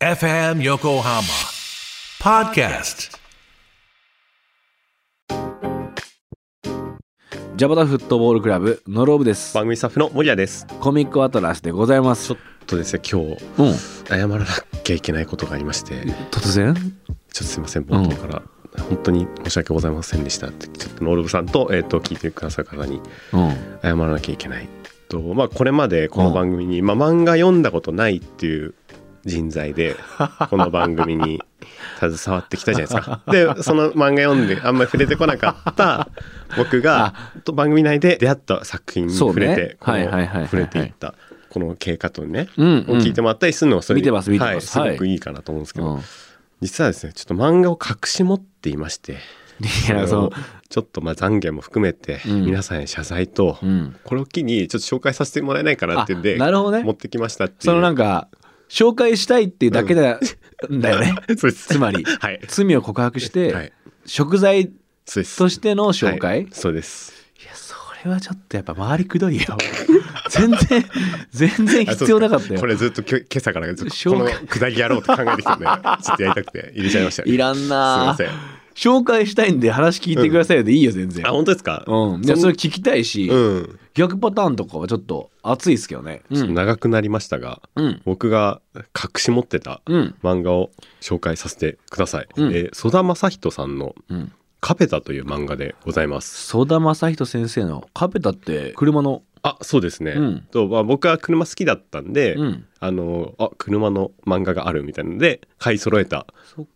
FM Yokohama Podcast. ジャパタフットボールクラブのローブです。番組スタッフの森谷です。コミックアトラスでございます。ちょっとですね、今日うん。謝らなきゃいけないことがありまして、ちょっ突然とすいません、冒頭から、本当に申し訳ございませんでしたって、ちょっとノールブさんと、えっ、と、聞いてくださる方にうん。謝らなきゃいけない。と、まあ、これまでこの番組に、まあ、漫画読んだことないっていう人材で、この番組に携わってきたじゃないですか。で、その漫画読んで、あんまり触れてこなかった僕が、と番組内で出会った作品に触れそうてね、このはいはいはいはいはい触れていった。この経過とね、うんうんを聞いてもらったりするのはそれ見てます見てますはいすはいごくいいかなと思うんですけど、うん。実はですねちょっと漫画を隠し持っていましていや、それそをちょっとまあ懺悔も含めてうん皆さんへ謝罪と、う。うん。これを機にちょっと紹介させてもらえないかなっていうんであなるほどね持ってきましたっていうそのなんかか、紹介したいっていうだけだ,、だよね。 そうですつまり、 はい罪を告白して、はい食材そうですとしての紹介、はいそうですいや、それはちょっとやっぱ周りくどいよ。全然、全然必要なかったあそうですこよ。れずっときょ今朝からずっとこ紹の介くだりやろうと考えて きたんでちょっとやりたくて入れちゃいましたいらんなすいぁま紹介したいんで話聞いてくださいよでいいよ、全然せんあ。本当ですかうん。いや、それ聞きたいし、うん逆パターンとかはちょっと熱いっすけどね。ちょっと長くなりましたが、うん。僕が隠し持ってたうん。漫画を紹介させてください。うんえー曽田正人さんのうん。カペタという漫画でございます。曽田正人先生のカペタって車の。あ、そうですね。うんと、まあ、僕は車好きだったんで、うん。あの、あ、車の漫画があるみたいなので、買い揃えた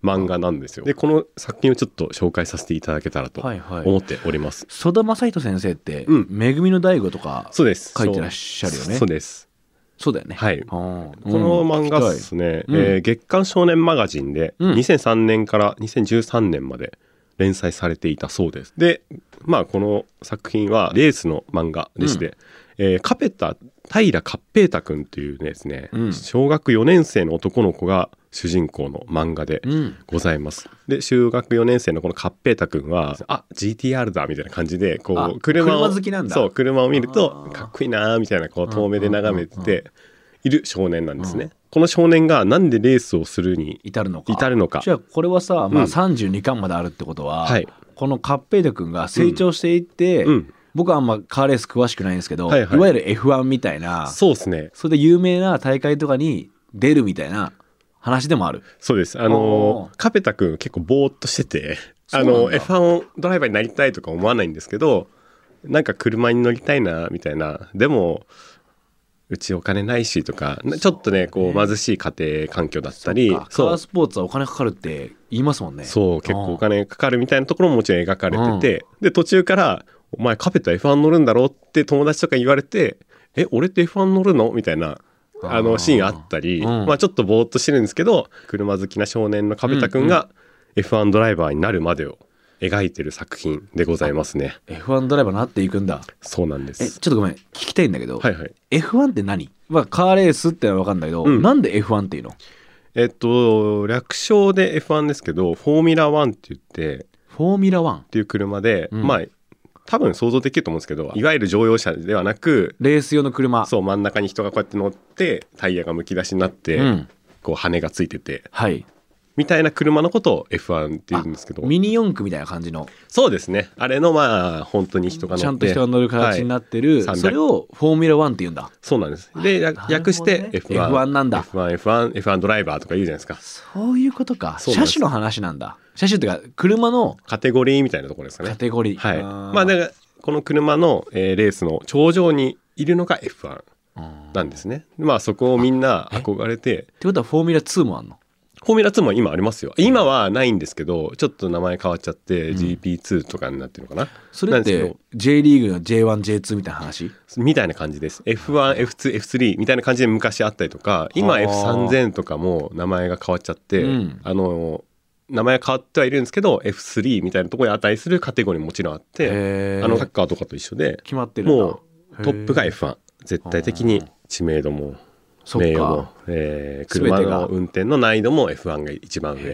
漫画なんですよ。で、この作品をちょっと紹介させていただけたらとはいはい思っております。曽田正人先生って、うんめぐみの大悟とか、そうです。書いてらっしゃるよねそうです。そうだよね。はいあーこの漫画ですね、うんえー月刊少年マガジンでうん2003年から2013年まで連載されていたそうです。で、まあこの作品はレースの漫画でして、えーカペタ平カッペータ君というですね、うん小学4年生の男の子が主人公の漫画でうんうん。ございます。で、修学4年生のこのカッペータ君は、あ、GTR だみたいな感じで、こあう、車を、車好きなんだそう、車を見るあとー、かっこいいなーみたいな、こう、ん遠目で眺めうんうんている少年なんですうね。この少年がなんでレースをするに、至るのか。至るのかじゃあこれはさ、まあうん32巻まであるってことは、はいこのカッペイト君が成長していって、うん僕はあんまカーレース詳しくないんですけど、はいいはいわゆる F1 みたいな、そうですね。それで有名な大会とかに出るみたいな話でもある。そうです。あのあーー、カペタ君結構ぼーっとしてて、そうあなんだの、F1 ドライバーになりたいとか思わないんですけど、なんか車に乗りたいな、みたいな。でも、うちお金ないしとか、なちょっとね、こう、貧しい家庭環境だったり、あカースポーツはお金かかるって言いますもんね。そう、結構お金かかるみたいなところももちろん描かれてて、で、途中から、お前カペタ F1 乗るんだろって友達とか言われて、え、俺って F1 乗るのみたいな、ああーの、シーンあったり、うんまあちょっとぼーっとしてるんですけど、車好きな少年のカペタくんが F1 ドライバーになるまでを描いてる作品でございますね。 F1 ドライバーになっていくんだ。そうなんでえ、す。ちょっとごめん、聞きたいんだけど、はいはい。 F1 って何まあ、カーレースってのは分かんだけど、うんなんで F1 っていうのえっと、略称で F1 ですけど、フォーミュラ1って言って、フォーミュラ1っ。ていう車で、んまあ多分想像できると思うんですけどいわゆる乗用車ではなくレース用の車。そう真ん中に人がこうやって乗ってタイヤがむき出しになって、うんこう羽がついててはい。みたいな車のことを F1 って言うんですけどミニ四駆みたいな感じの、そうですねあれのまあ本当に人が乗ってちゃんと人が乗る形になってる、はい300それをフォーミュラ1って言うんだ。そうなんですでなるほどね略して F1, F1 なんだ F1F1F1 ドライバーとか言うじゃないですかそういうことか。そうな車んです種の話なんだ。車種っていうか、車のカテゴリーみたいなところですかねカテゴリー。はいーまあだからこの車の、えーレースの頂上にいるのが F1 うんっなんですねまあそこをみんな憧れててことは、フォーミュラ2もあんのフォーミュラ2も今ありますよ今はないんですけどちょっと名前変わっちゃってうん GP2 とかになってるのかな、それっなんでて J リーグの J1J2 みたいな話すけどみたいな感じです F1F2F3 みたいな感じで昔あったりとか今あー F3000 とかも名前が変わっちゃって、うんあの名前は変わってはいるんですけど F3 みたいなところに値するカテゴリーももちろんあってへーあのサッカーとかと一緒で決まってるんだもうトップがへー F1 絶対的に知名度もそ名っ誉かも、えー全てが車の運転の難易度も F1 が一番上へ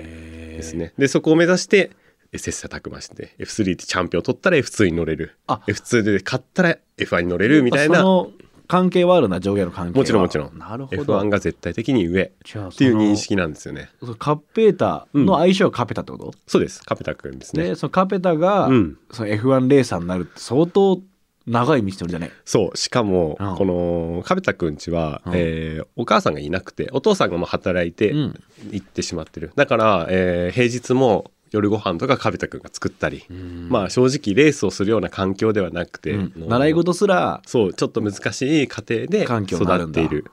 ーですね。でそこを目指してえ切磋琢磨して F3 ってチャンピオン取ったら F2 に乗れるあ F2 で勝ったら F1 に乗れるみたいなその関係はあるな上下の関係はもちろんもちろんなるほど F1 が絶対的に上じゃあっていうその認識なんですよね。そのカッペータの相性はカペタってこと、そうですカペタ君ですねで。そのカペタが、うんその F1 レーサーになるって相当長い道のりだねそうしかもうんこのカペタ君ちは、うんえーお母さんがいなくてお父さんがもう働いてうん行ってしまってる、だから、えー平日も夜ご飯とかカペタ君が作ったり、まあ正直レースをするような環境ではなくて、うんあの習い事すらそうちょっと難しい家庭で環境になる育っんだている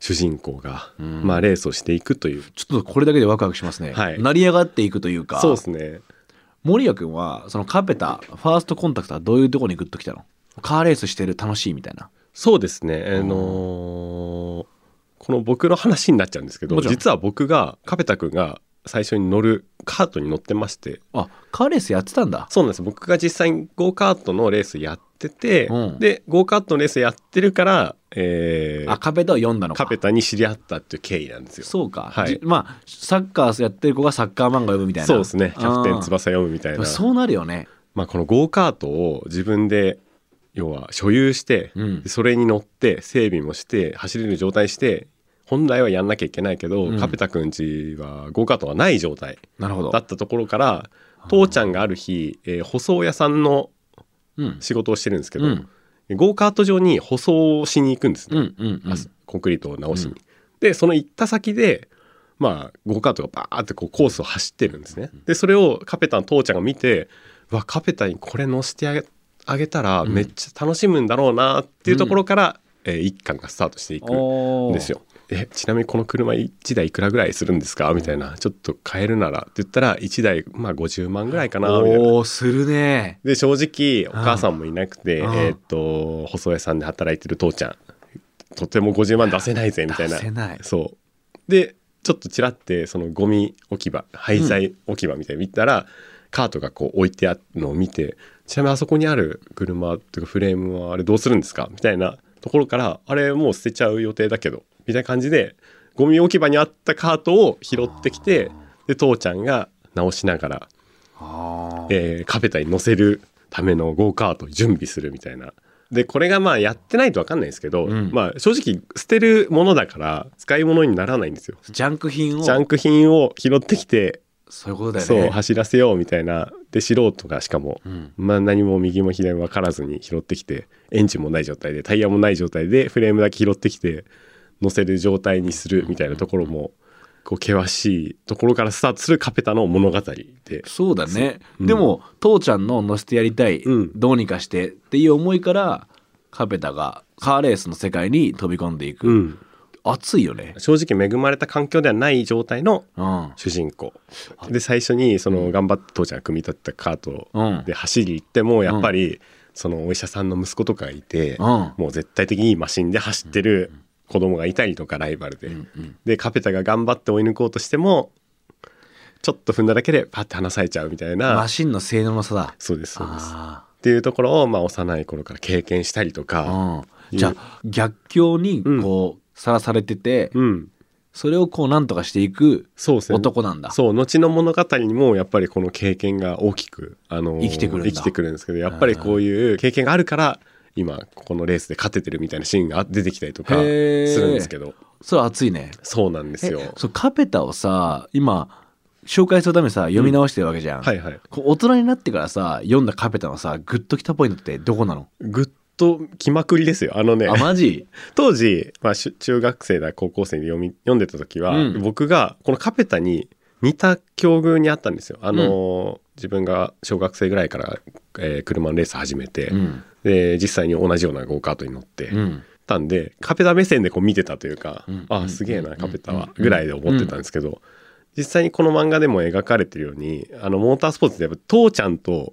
主人公が、うんまあレースをしていくというちょっとこれだけでワクワクしますね、はい成り上がっていくというかそうですね森谷君はそのカペタファーストコンタクトはどういうとこにグッときたのカーレースしてる楽しいみたいなそうですねあんのーこの僕の話になっちゃうんですけどもちろん実は僕がカペタ君が最初に乗るカートに乗ってましてあカーレースやってたんだそうなんです僕が実際にゴーカートのレースやってて、うんでゴーカートのレースやってるから、えーあカペタを読んだのかカペタに知り合ったっていう経緯なんですよ。そうか、はいじまあサッカーやってる子がサッカー漫画読むみたいなそうですね「キャプテあンー翼読む」みたいでなもそうなるよねまあ、このゴーカートを自分で要は所有して、うんそれに乗って整備もして走れる状態にして本来はやんなきゃいけないけど、うんカペタくんちはゴーカートはない状態なるほどだったところから父ちゃんがある日、えー舗装屋さんのうん仕事をしてるんですけど、うんゴーカート場に舗装をしに行くんですね、うんうんうんあコンクリートを直しに。でその行った先でまあゴーカートがバーってこうコースを走ってるんですね。でそれをカペタの父ちゃんが見て「わカペタにこれ乗せてあげあげたらんめっちゃ楽しむんだろうな」っていうところから、えー一巻がスタートしていくんおーですよ。えちなみにこの車1台いくらぐらいするんですかみたいなちょっと買えるならって言ったら1台まあ50万ぐらいかなみたいなおーするねで正直お母さんもいなくて、うんえーっと細江さんで働いてる父ちゃんとても50万出せないぜみたいな出せないそうでちょっとちらってそのゴミ置き場廃材置き場みたいに見たら、カートがこう置いてあるのを見てちなみにあそこにある車っていうかフレームはあれどうするんですかみたいなところからあれもう捨てちゃう予定だけどみたいな感じでゴミ置き場にあったカートを拾ってきてで父ちゃんが直しながらあーえーカペタに乗せるためのゴーカートを準備するみたいな。でこれがまあやってないと分かんないですけど、うんまあ正直捨てるものだから使い物にならないんですよ。ジャンク品をジャンク品を拾ってきて、そういうことだよねそう走らせようみたいなで素人がしかも、うんまあ、何も右も左も分からずに拾ってきてエンジンもない状態でタイヤもない状態でフレームだけ拾ってきて乗せる状態にするみたいなところもこう険しいところからスタートするカペタの物語でそうだね、うんでも父ちゃんの乗せてやりたい、うんどうにかしてっていう思いからカペタがカーレースの世界に飛び込んでいく、うん熱いよね、正直恵まれた環境ではない状態のうん、主人公で最初にその頑張って父ちゃんが組み立てたカートうんで走り行ってもやっぱりそのお医者さんの息子とかがいてうんもう絶対的にいいマシンで走ってる子供がいたりとかライバルででカペタが頑張って追い抜こうとしてもちょっと踏んだだけでパッて離されちゃうみたいなマシンの性能の差だそうですそうですっあていうところをまあ幼い頃から経験したりとかー、うん、じゃあ逆境にこうさらされてて、うんそれをこうなんとかしていくそうですね男なんだそう後の物語にもやっぱりこの経験が大きく、あのー生きてくるんだ生きてくるんですけどやっぱりこういう経験があるから今ここのレースで勝ててるみたいなシーンが出てきたりとかすへるんーですけどそれ熱いねそうなんですよえそうカペタをさ今紹介するためにさ読み直してるわけじゃん、はいはいこう大人になってからさ読んだカペタのさグッときたポイントってどこなのぐっと来まくりですよあのねあマジ当時、まあ、しゅ中学生だ高校生で読み読んでた時は、うん僕がこのカペタに似た境遇にあったんですよあのー、自分が小学生ぐらいから、えー車のレース始めて、うんで実際に同じ ようなゴーカートに乗って、うんったんでカペタ目線でこう見てたというか、うんあうんすげえなカペタはうんぐらいで思ってたんですけど、実際にこの漫画でも描かれてるようにあのモータースポーツってやっぱ父ちゃんと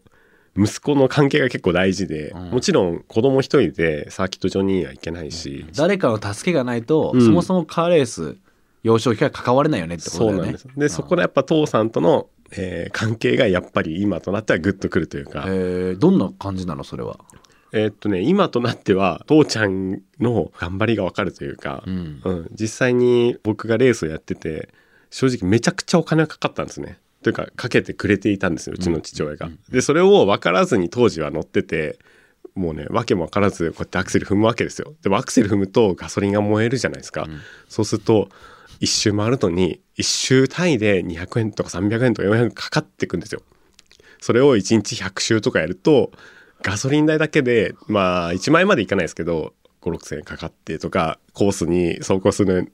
息子の関係が結構大事で、うんもちろん子供一人でサーキット場にはいけないし、誰かの助けがないと、うんそもそもカーレース幼少期から関われないよねってことそだうよなんねですでそこでやっぱ父さんとの、えー関係がやっぱり今となってはグッとくるというか、えーどんな感じなのそれはえーっとね今となっては父ちゃんの頑張りがわかるというか、うんうん、実際に僕がレースをやってて正直めちゃくちゃお金がかかったんですねというかかけてくれていたんですようちの父親が。でそれを分からずに当時は乗っててもうね訳も分からずこうやってアクセル踏むわけですよ。でもアクセル踏むとガソリンが燃えるじゃないですか。そうすると一周回るのに一周単位で200円とか300円とか400円かかってくんですよ。それを1日100周とかやるとガソリン代だけでまあ1万円までいかないですけど5,6,000円かかってとかコースに走行するのに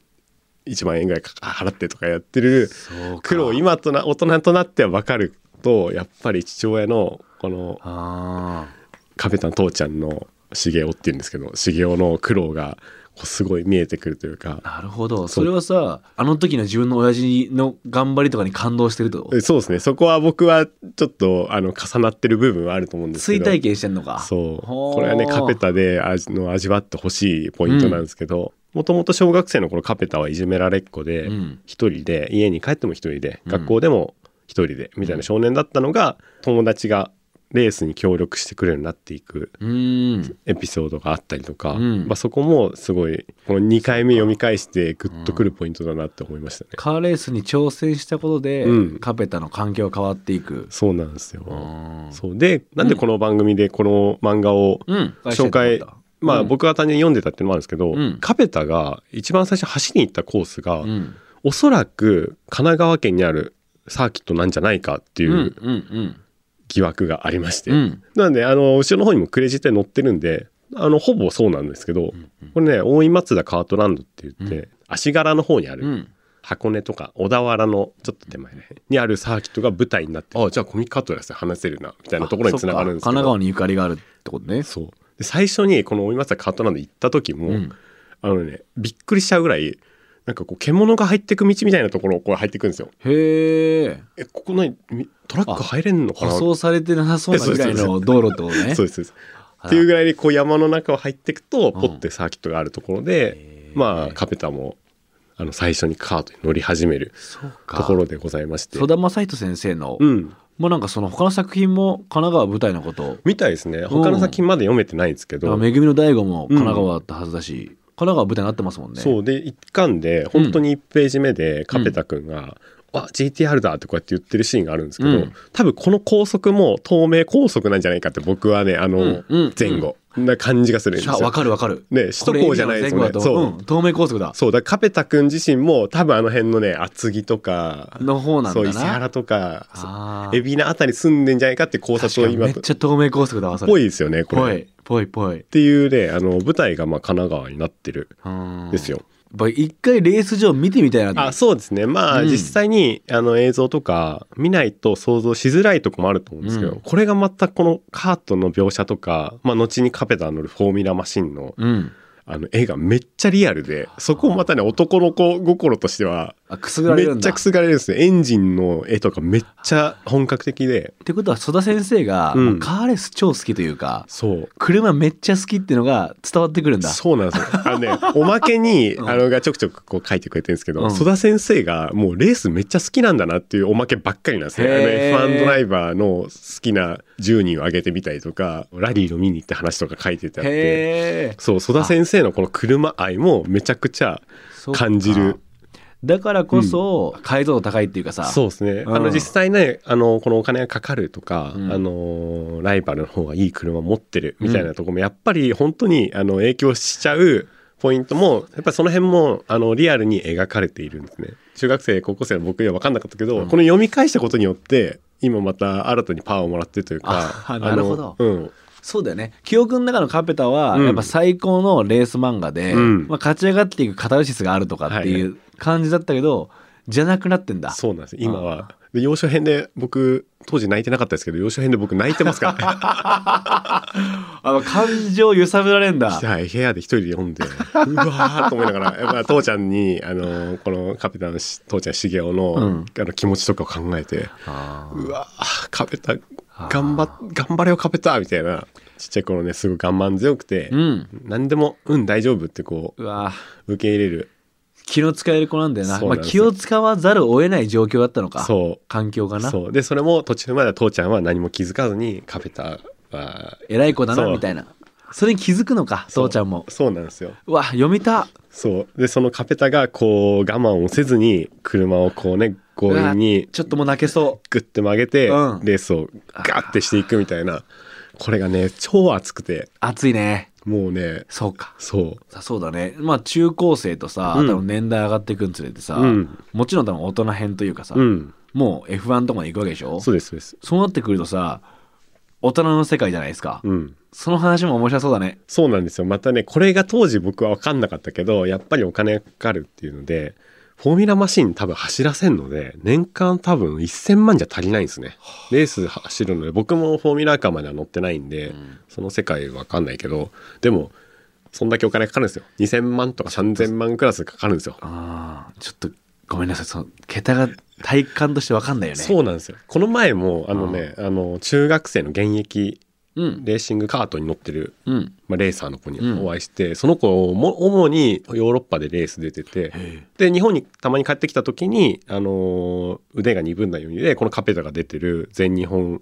1万円ぐらいか払ってとかやってるそうか苦労今とな大人となっては分かるとやっぱり父親のこのあカベタの父ちゃんの茂雄っていうんですけど茂雄の苦労がこうすごい見えてくるというかあなるほどそそうれはさあの時の自分の親父の頑張りとかに感動してるってことえそうですねそこは僕はちょっとあの重なってる部分はあると思うんですけ追ど体験してんのかそうほーこれはねカペタで味の味わってほしいポイントなんですけどもともと小学生の頃カペタはいじめられっ子でうん一、人で家に帰っても一人でうん学校でも一人でみたいな少年だったのが友達がレースに協力してくれるようになっていくうーんエピソードがあったりとか、うんまあ、そこもすごいこの2回目読み返してグッとくるポイントだなって思いましたね。カーレースに挑戦したことで、うんカペタの環境が変わっていくそうなんですよ、うんそうでなんでこの番組でこの漫画をうん紹介、まあうん僕が単純に読んでたっていうのもあるんですけうど、んカペタが一番最初走りに行ったコースが、うんおそらく神奈川県にあるサーキットなんじゃないかっていうんううん疑惑がありまして、うんなんであの後ろの方にもクレジットに載ってるんであのほぼそうなんですけど、これね大井松田カートランドって言って、足柄の方にある、うん箱根とか小田原のちょっと手前らへんにあるサーキットが舞台になってあじゃあコミカートラスで話せるなみたいなところにつながるんですけどあそっか神奈川にゆかりがあるってことねそうで最初にこの大井松田カートランド行った時も、うんあのねびっくりしちゃうぐらいなんかこう獣が入ってく道みたいなところをこう入ってくんですよへええここ何みトラック入れんのか舗な装されてなさそうなぐらいの道路ってことねそうですそうですっていうぐらいにこう山の中を入ってくとうんポッてサーキットがあるところで、まあカペタもあの最初にカートに乗り始めるそうかところでございまして戸田正人先生の、うんもうなんかその他の作品も神奈川舞台のことみたいですね他の作品まで読めてないんですけだかど、らめぐみの大悟も神奈川だったはずだし、神奈川舞台になってますもんねそうで一巻で本当に1ページ目でカペタ君が「あ GTR だ」ってこうやって言ってるシーンがあるんですけど、うん多分この高速も透明高速なんじゃないかって僕はねあのうんうん前後な感じがするんですよ。分かる分かるね首都高じゃないですよねこれそううん東名高速だそうだからカペタ君自身も多分あの辺のね厚木とかの方なんだそうな伊勢原とあかー海老名あたり住んでんじゃないかって考察確をかに今めっっちゃ東名高速だわそれぽいですよねこぽれ。っいぽいぽいていうねあの舞台がまあ神奈川になってるうんですよ。やっぱ一回レース場見てみたいなとあそうですねまあ、うん実際にあの映像とか見ないと想像しづらいとこもあると思うんですけど、うんこれがまたこのカートの描写とか、まあ、後にカペタ乗るフォーミュラマシンのうんあの絵がめっちゃリアルでそこもまたね男の子心としてはあくすぐらめれるっんちゃだくすがれるんですねエンジンの絵とかめっちゃ本格的でってことは曽田先生が、うんもうカーレース超好きというかそう車めっちゃ好きっていうのが伝わってくるんだそうなんですよ。あのね、おまけに、んあの、がちょくちょくこう書いてくれてるんですけうど、ん曽、田先生がもうレースめっちゃ好きなんだなっていうおまけばっかりなんですね。へーあの F1 ドライバーの好きな10人を挙げてみたりとか、ラリーの見に行った話とか書いててあって、へえそう、曽田先生のこの車愛もめちゃくちゃ感じる。だからこそ、解像度高いっていうかさそうですね、うんあの実際ねあのこのお金がかかるとか、うんあのライバルの方がいい車持ってるみたいなとこもやっぱり本当にあの影響しちゃうポイントもやっぱりその辺もあのリアルに描かれているんですね中学生高校生の僕には分かんなかったけど、この読み返したことによって今また新たにパワーをもらってるというかああのなるほどうん、そうだよね記憶の中のカペタは、うんやっぱ最高のレース漫画で、うんまあ、勝ち上がっていくカタルシスがあるとかっていう感じだったけど、じゃなくなってんだそうなんです今はで幼少編で僕当時泣いてなかったですけど幼少編で僕泣いてますからねあの感情揺さぶられんだはい、部屋で一人で読んで、うわーと思いながら、やっぱ父ちゃんに、あの、このカペタンし、父ちゃん茂雄の、うんあの気持ちとかを考えて、あーうわーカペタン、頑張っ、頑張れよカペタンみたいな、ちっちゃい頃ね、すごい我慢強くて、うん何でも、うん、大丈夫ってこうわう、受け入れる。気の使える子なんだよなそうまなあ、んです気よを使わざるを得ない状況だったのかそう環境がなそう。で、それも途中までは父ちゃんは何も気づかずに、カペタンは、偉い子だなそうみたいなそれに気づくのかそう父ちゃんもそうなんですよ。うわ読みたそう。で、そのカペタが、こう、我慢をせずに、車をこうね、強引うわに、ちょっともう泣けそグッて曲げて、うんレースをガッてしていくみたいなこれがね超熱くてう熱いねもうねそうかそうさそうだねまあ中高生とさ、うん多分年代上がっていくにつれてさ、うんもちろん多分大人編というかさ、うんもう F1 とかに行くわけでしょそうですそうですそうなってくるとさ大人の世界じゃないですか、うんその話も面白そうだねそうなんですよまたねこれが当時僕は分かんなかったけどやっぱりお金がかかるっていうのでフォーミュラマシン多分走らせんので年間多分1000万じゃ足りないんですねレース走るので僕もフォーミュラーカーまでは乗ってないんで、その世界分かんないけどでもそんだけお金かかるんですよ2000万とか3000万クラスかかるんですよあーちょっとごめんなさいその桁が体感として分かんないよねそうなんですよこの前もあのね、あの中学生の現役うんレーシングカートに乗ってる、うんまあ、レーサーの子にうんお会いして、その子も主にヨーロッパでレース出ててえで日本にたまに帰ってきた時に、あのー腕が鈍んないようにでこのカペタが出てる全日本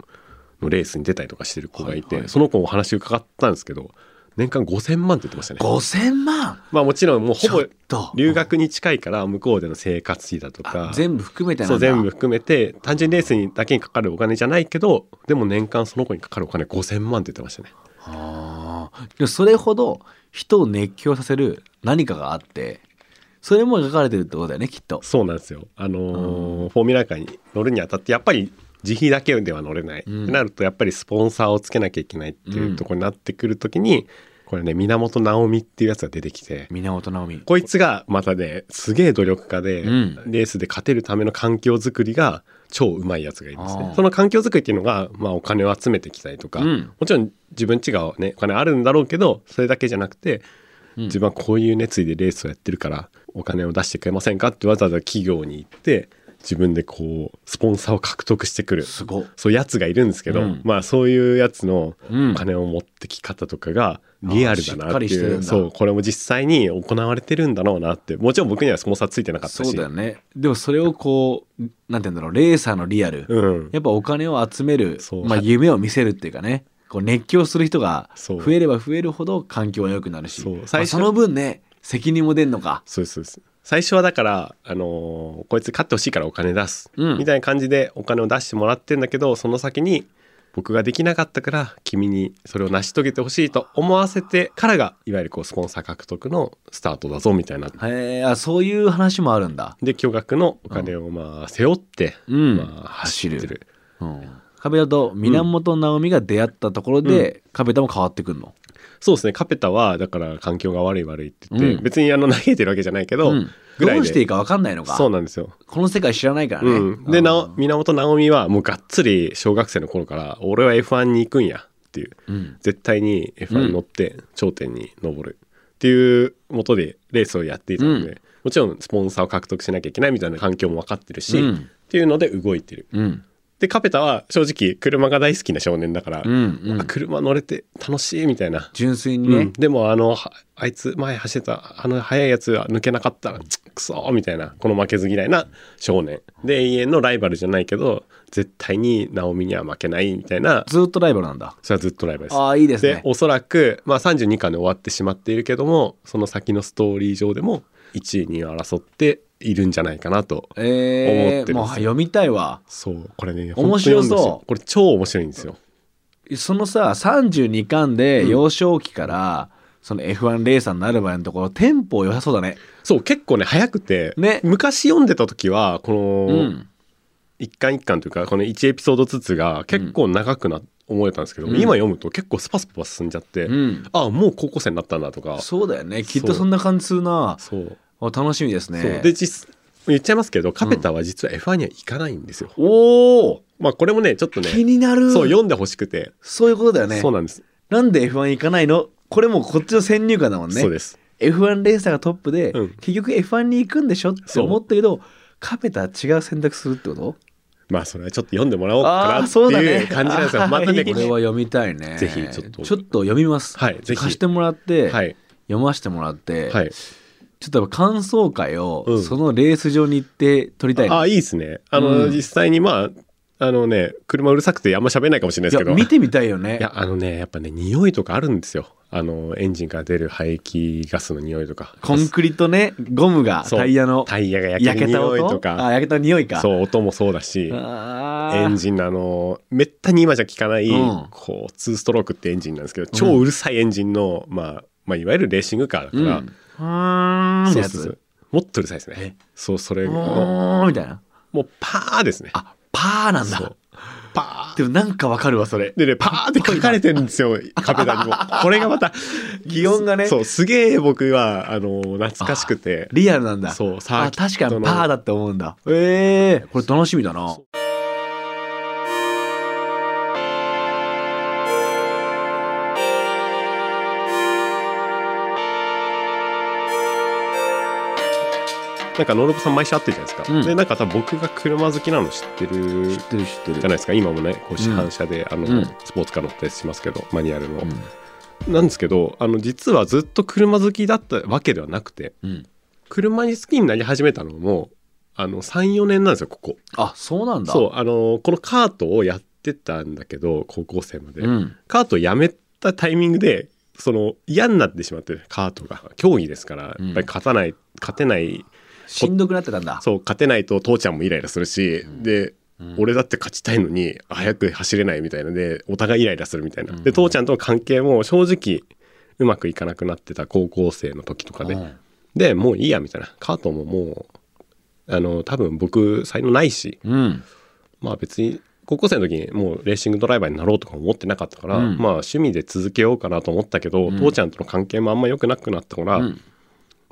のレースに出たりとかしてる子がいて、はいはいその子もお話伺ったんですけど年間5,000万って言ってましたね。 5000万まあもちろんもうほぼちょっと留学に近いから向こうでの生活費だとかあ全部含めてなんだそう全部含めて単純レースにだけにかかるお金じゃないけどでも年間その子にかかるお金5,000万って言ってましたねああでもそれほど人を熱狂させる何かがあってそれも書かれてるってことだよねきっとそうなんですよあのーフォーミュラーカーに乗るにあたってやっぱり自費だけでは乗れない、うんってなるとやっぱりスポンサーをつけなきゃいけないっていうところになってくるときに、これね源直美っていうやつが出てきて源直美こいつがまたねすげえ努力家で、うんレースで勝てるための環境づくりが超うまいやつがいるんですあーねその環境づくりっていうのが、まあ、お金を集めてきたりとか、うんもちろん自分ちがねお金あるんだろうけどそれだけじゃなくて自分はこういう熱意でレースをやってるからお金を出してくれませんかってわざわざ企業に行って自分でこうスポンサーを獲得してくるすごっそういうやつがいるんですけど、うんまあそういうやつのうんお金を持ってき方とかがリアルあーしだっかなってりしているう、んだそうこれも実際に行われてるんだろうなってもちろん僕にはスポンサーついてなかったしそうだよねでもそれをこうなんて言うんだろうレーサーのリアル、うんやっぱお金を集めるそ、うまあ、は夢を見せるっていうかねこう熱狂する人がそう増えれば増えるほど環境は良くなるしそうまあ最初その分ね責任も出んのかそうですそうです最初はだから、あのーこいつ勝ってほしいからお金出す、うんみたいな感じでお金を出してもらってんだけどその先に僕ができなかったから君にそれを成し遂げてほしいと思わせてからがいわゆるこうスポンサー獲得のスタートだぞみたいな。へえあそういう話もあるんだ、で巨額のお金をまあ背負って、うんまあ、走って走るうん、壁田と源直美が出会ったところで、壁田も変わってくるのそうですねカペタはだから環境が悪い悪いって言って、うん別にあの嘆いてるわけじゃないけど、うんぐらいどでうしていいか分かんないのかそうなんですよこの世界知らないからね、うん、でなお源直美はもうがっつり小学生の頃から俺は F1 に行くんやっていう、うん絶対に F1 に乗って頂点に上るっていうもとでレースをやっていたので、うんもちろんスポンサーを獲得しなきゃいけないみたいな環境も分かってるし、うんっていうので動いてるうんでカペタは正直車が大好きな少年だから、うんうんあ車乗れて楽しいみたいな純粋にね、うんでもあのはあいつ前走ってたあの速いやつは抜けなかったらくそーみたいなこの負けず嫌いな少年で永遠のライバルじゃないけど絶対にナオミには負けないみたいなずっとライバルなんだそれはずっとライバルです。ああいいですねでおそらく、まあ、32巻で終わってしまっているけどもその先のストーリー上でも1位2位を争っているんじゃないかなと。え思ってるんですー、よもう読みたいわそうこれね面白そう本当に読んでほしいこれ超面白いんですよ。そのさ32巻で幼少期から、その F1 レーサーになる前のところテンポ良さそうだねそう結構ね早くて、ね昔読んでた時はこうの、ん一巻一巻というかこの1エピソードずつが結構長くな、思えたんですけど、うん今読むと結構スパスパ進んじゃって、うんああもう高校生になったんだとかそうだよねきっとそんな感じするなそうあ楽しみですねそうで実言っちゃいますけどカペタは実は F1 には行かないんですよ、おお、まあこれもねちょっとね気になるそう読んでほしくて、そういうことだよねそうなんです、なんで F1 行かないのこれもこっちの先入観だもんねそうです、 F1 レーサーがトップで、うん結局 F1 に行くんでしょってそう思ったけどカペタは違う選択するってことまあそれはちょっと読んでもらおうかあなーってそうだいねう感じなんですよ、またこねれ は読みたいねぜひちょっと読みます、はいぜひ貸してもらって、はい読ませてもらって、はいちょっとやっぱ感想会を、うんそのレース場に行って撮りたいなああいいですねあの、うん実際にまああのね車うるさくてあんま喋れないかもしれないいでやすけど見てみたいよねいやあのねやっぱね匂いとかあるんですよあのエンジンから出る排気ガスの匂いとかコンクリとねゴムがそうタイヤのタイヤが焼焼けるけた匂い音とあか焼けた匂いかそう音もそうだしあーエンジンのあのめったに今じゃ聞かない、うんこう2ストロークってエンジンなんですけど超うるさいエンジンの、まあ、まあいわゆるレーシングカーだうんから、うーんそのうやそうそつうもっとうるさいですねそうそれうもーんみたいなもうパーですねあパーなんそだうパーでもなんかわかるわそれでねパーって書かれてるんです よ壁段にもこれがまた擬音がねそうすげえ僕はあの懐かしくてリアルなんだそうサあーキッ確トかのにパーだって思うんだええこれ楽しみだななんかノーロブさん毎週会ってるじゃないですか、うんでなんか多分僕が車好きなの知ってる知ってる知ってるじゃないですか今もねこう市販車で、あのうんスポーツカー乗ったりしますけどマニュアルの、うなんですけどあの実はずっと車好きだったわけではなくてんうん車に好きになり始めたのもあの34年なんですよここあそうなんだそうあのこのカートをやってたんだけど高校生まで、うんカートをやめたタイミングでその嫌になってしまってカートが競技ですからうんやっぱり勝たない、勝てないしんどくなってたんだそう勝てないと父ちゃんもイライラするし、で、うん俺だって勝ちたいのに早く走れないみたいなのでお互いイライラするみたいな、うんで父ちゃんとの関係も正直うまくいかなくなってた高校生の時とかで、うんでもういいやみたいなカートももうあの多分僕才能ないしうんまあ別に高校生の時にもうレーシングドライバーになろうとか思ってなかったから、うんまあ趣味で続けようかなと思ったけど、うん父ちゃんとの関係もあんま良くなくなったから、うん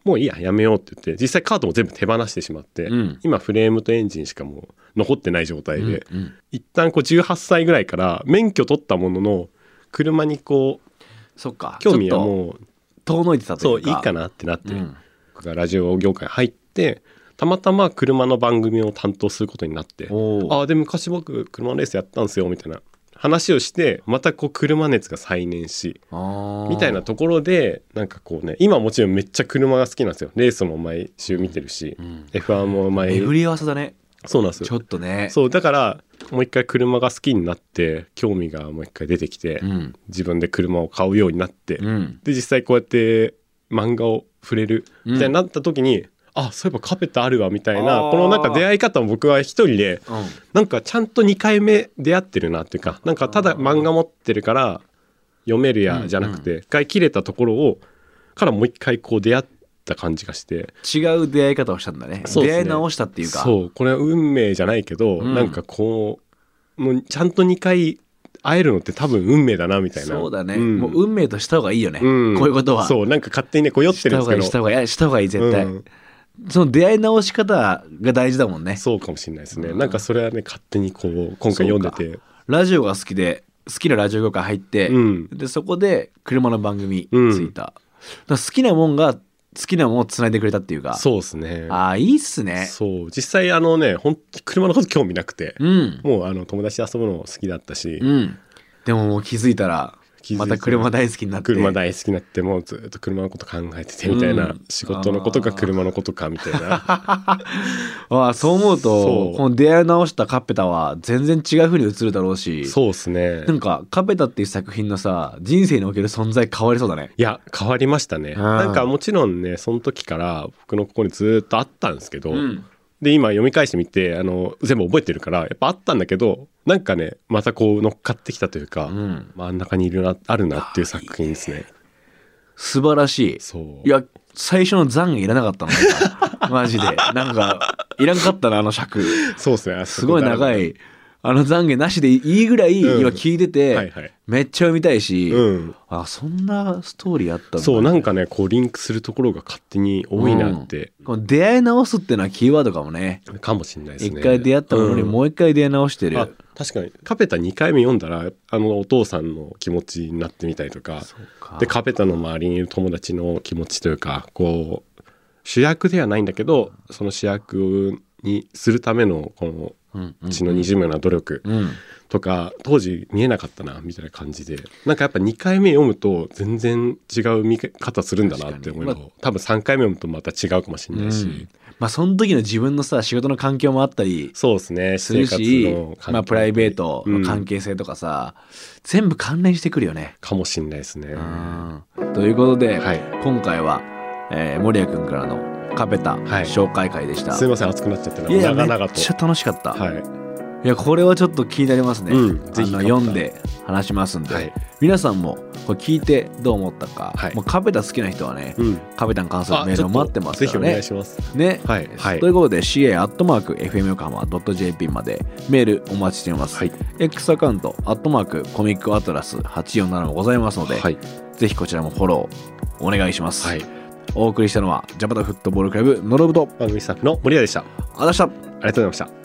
もういいややめようって言って実際カートも全部手放してしまって、うん今フレームとエンジンしかもう残ってない状態で、うん一旦こう18歳ぐらいから免許取ったものの車にこうそっか興味はうもう遠のいてたそとういいういかかなってなって、うん僕がラジオ業界入ってたまたま車の番組を担当することになっておーああで昔僕車のレースやったんですよみたいな話をしてまたこう車熱が再燃しあーみたいなところでなんかこうね今もちろんめっちゃ車が好きなんですよレースも毎週見てるし、ん F1 も毎巡り合わせだねそうなんですちょよっとねそうだからもう一回車が好きになって興味がもう一回出てきて、うん自分で車を買うようになって、うんで実際こうやって漫画を触れるみたいになった時に、あそういえばカペットあるわみたいなあーこのなんか出会い方も僕は一人でうんなんかちゃんと2回目出会ってるなっていうかなんかただ漫画持ってるから読めるやじゃなくて一回切れたところをからもう一回こう出会った感じがして違う出会い方をしたんだねそうですね出会い直したっていうかそうこれは運命じゃないけど、うんなんかこうもうちゃんと2回会えるのって多分運命だなみたいなそうだね、んもう運命とした方がいいよね、うんこういうことはそうなんか勝手にねこう酔っしてるたん方ですがけいいどした方がいいした方がいい絶対、うんその出会い直し方が大事だもんねそうかもしれないですね、なんかそれはね勝手にこう今回読んでてラジオが好きで好きなラジオ業界入って、うんでそこで車の番組ついた、だから好きなもんが好きなもんをつないでくれたっていうかそうですねああいいっすねそう実際あのね本当車のこと興味なくて、うんもうあの友達と遊ぶの好きだったし、うんでももう気づいたら気づいたまた車大好きになって車大好きになってもうずっと車のこと考えててみたいな、うん仕事のことか車のことかみた いなああそう思うそとうこの出会い直したカッペタは全然違う風に映るだろうしそうですねなんかカペタっていう作品のさ人生における存在変わりそうだねいや変わりましたねんなんかもちろんねその時から僕のここにずっとあったんですけど、うんで今読み返してみてあの全部覚えてるからやっぱあったんだけどなんかねまたこう乗っかってきたというか、ん真ん中にいるなあるなっていう作品ですね。素晴らしいそういや最初の残いらなか ったのなんかマジでなんかいらんかったなあの尺そうですねすごい長いあの懺悔なしでいいぐらいうん今聞いてて、はいはいめっちゃ読みたいし、うんあそんなストーリーあったんだそうなんかねこうリンクするところが勝手に多いなって、うんこの出会い直すってのはキーワードかもねかもしれないですね一回出会ったものにもう一回出会い直してる、あ確かにカペタ2回目読んだらあのお父さんの気持ちになってみたりとかかでカペタの周りにいる友達の気持ちというかこう主役ではないんだけどその主役にするためのうこんうのん血の滲むような努力うんとか、当時見えなかったなみたいな感じでなんかやっぱ2回目読むと全然違う見方するんだなって思う確かにの多分3回目読むとまた違うかもしれないし、うんまあその時の自分のさ仕事の環境もあったりそうですねする生し活の環境まあ、プライベートのう関ん係性とかさ、全部関連してくるよね。かもしれないですね。うんということで、はい今回は、えー、森谷君からのカペタい紹介会でした。すいません熱くなっちゃってないやい長やめ々っとちゃ楽しかった、はいいやこれはちょっと気になりますね、うんぜぜひひ読んで話しますんで、はい皆さんもこれ聞いてどう思ったか、はいもうカペタ好きな人はね、うんカペタに関するメールを待ってますぜかひらお願ねいしますね、はいはいということで CA アットマーク FM 横浜 .jp までメールお待ちしています、はい X アカウントアットマークコミックアトラス847もございますので、はいぜひこちらもフォローお願いします、はいお送りしたのはジャパタフットボールクラブのロブと番組スタッフの森谷でしたありありがとうございましたがとうございました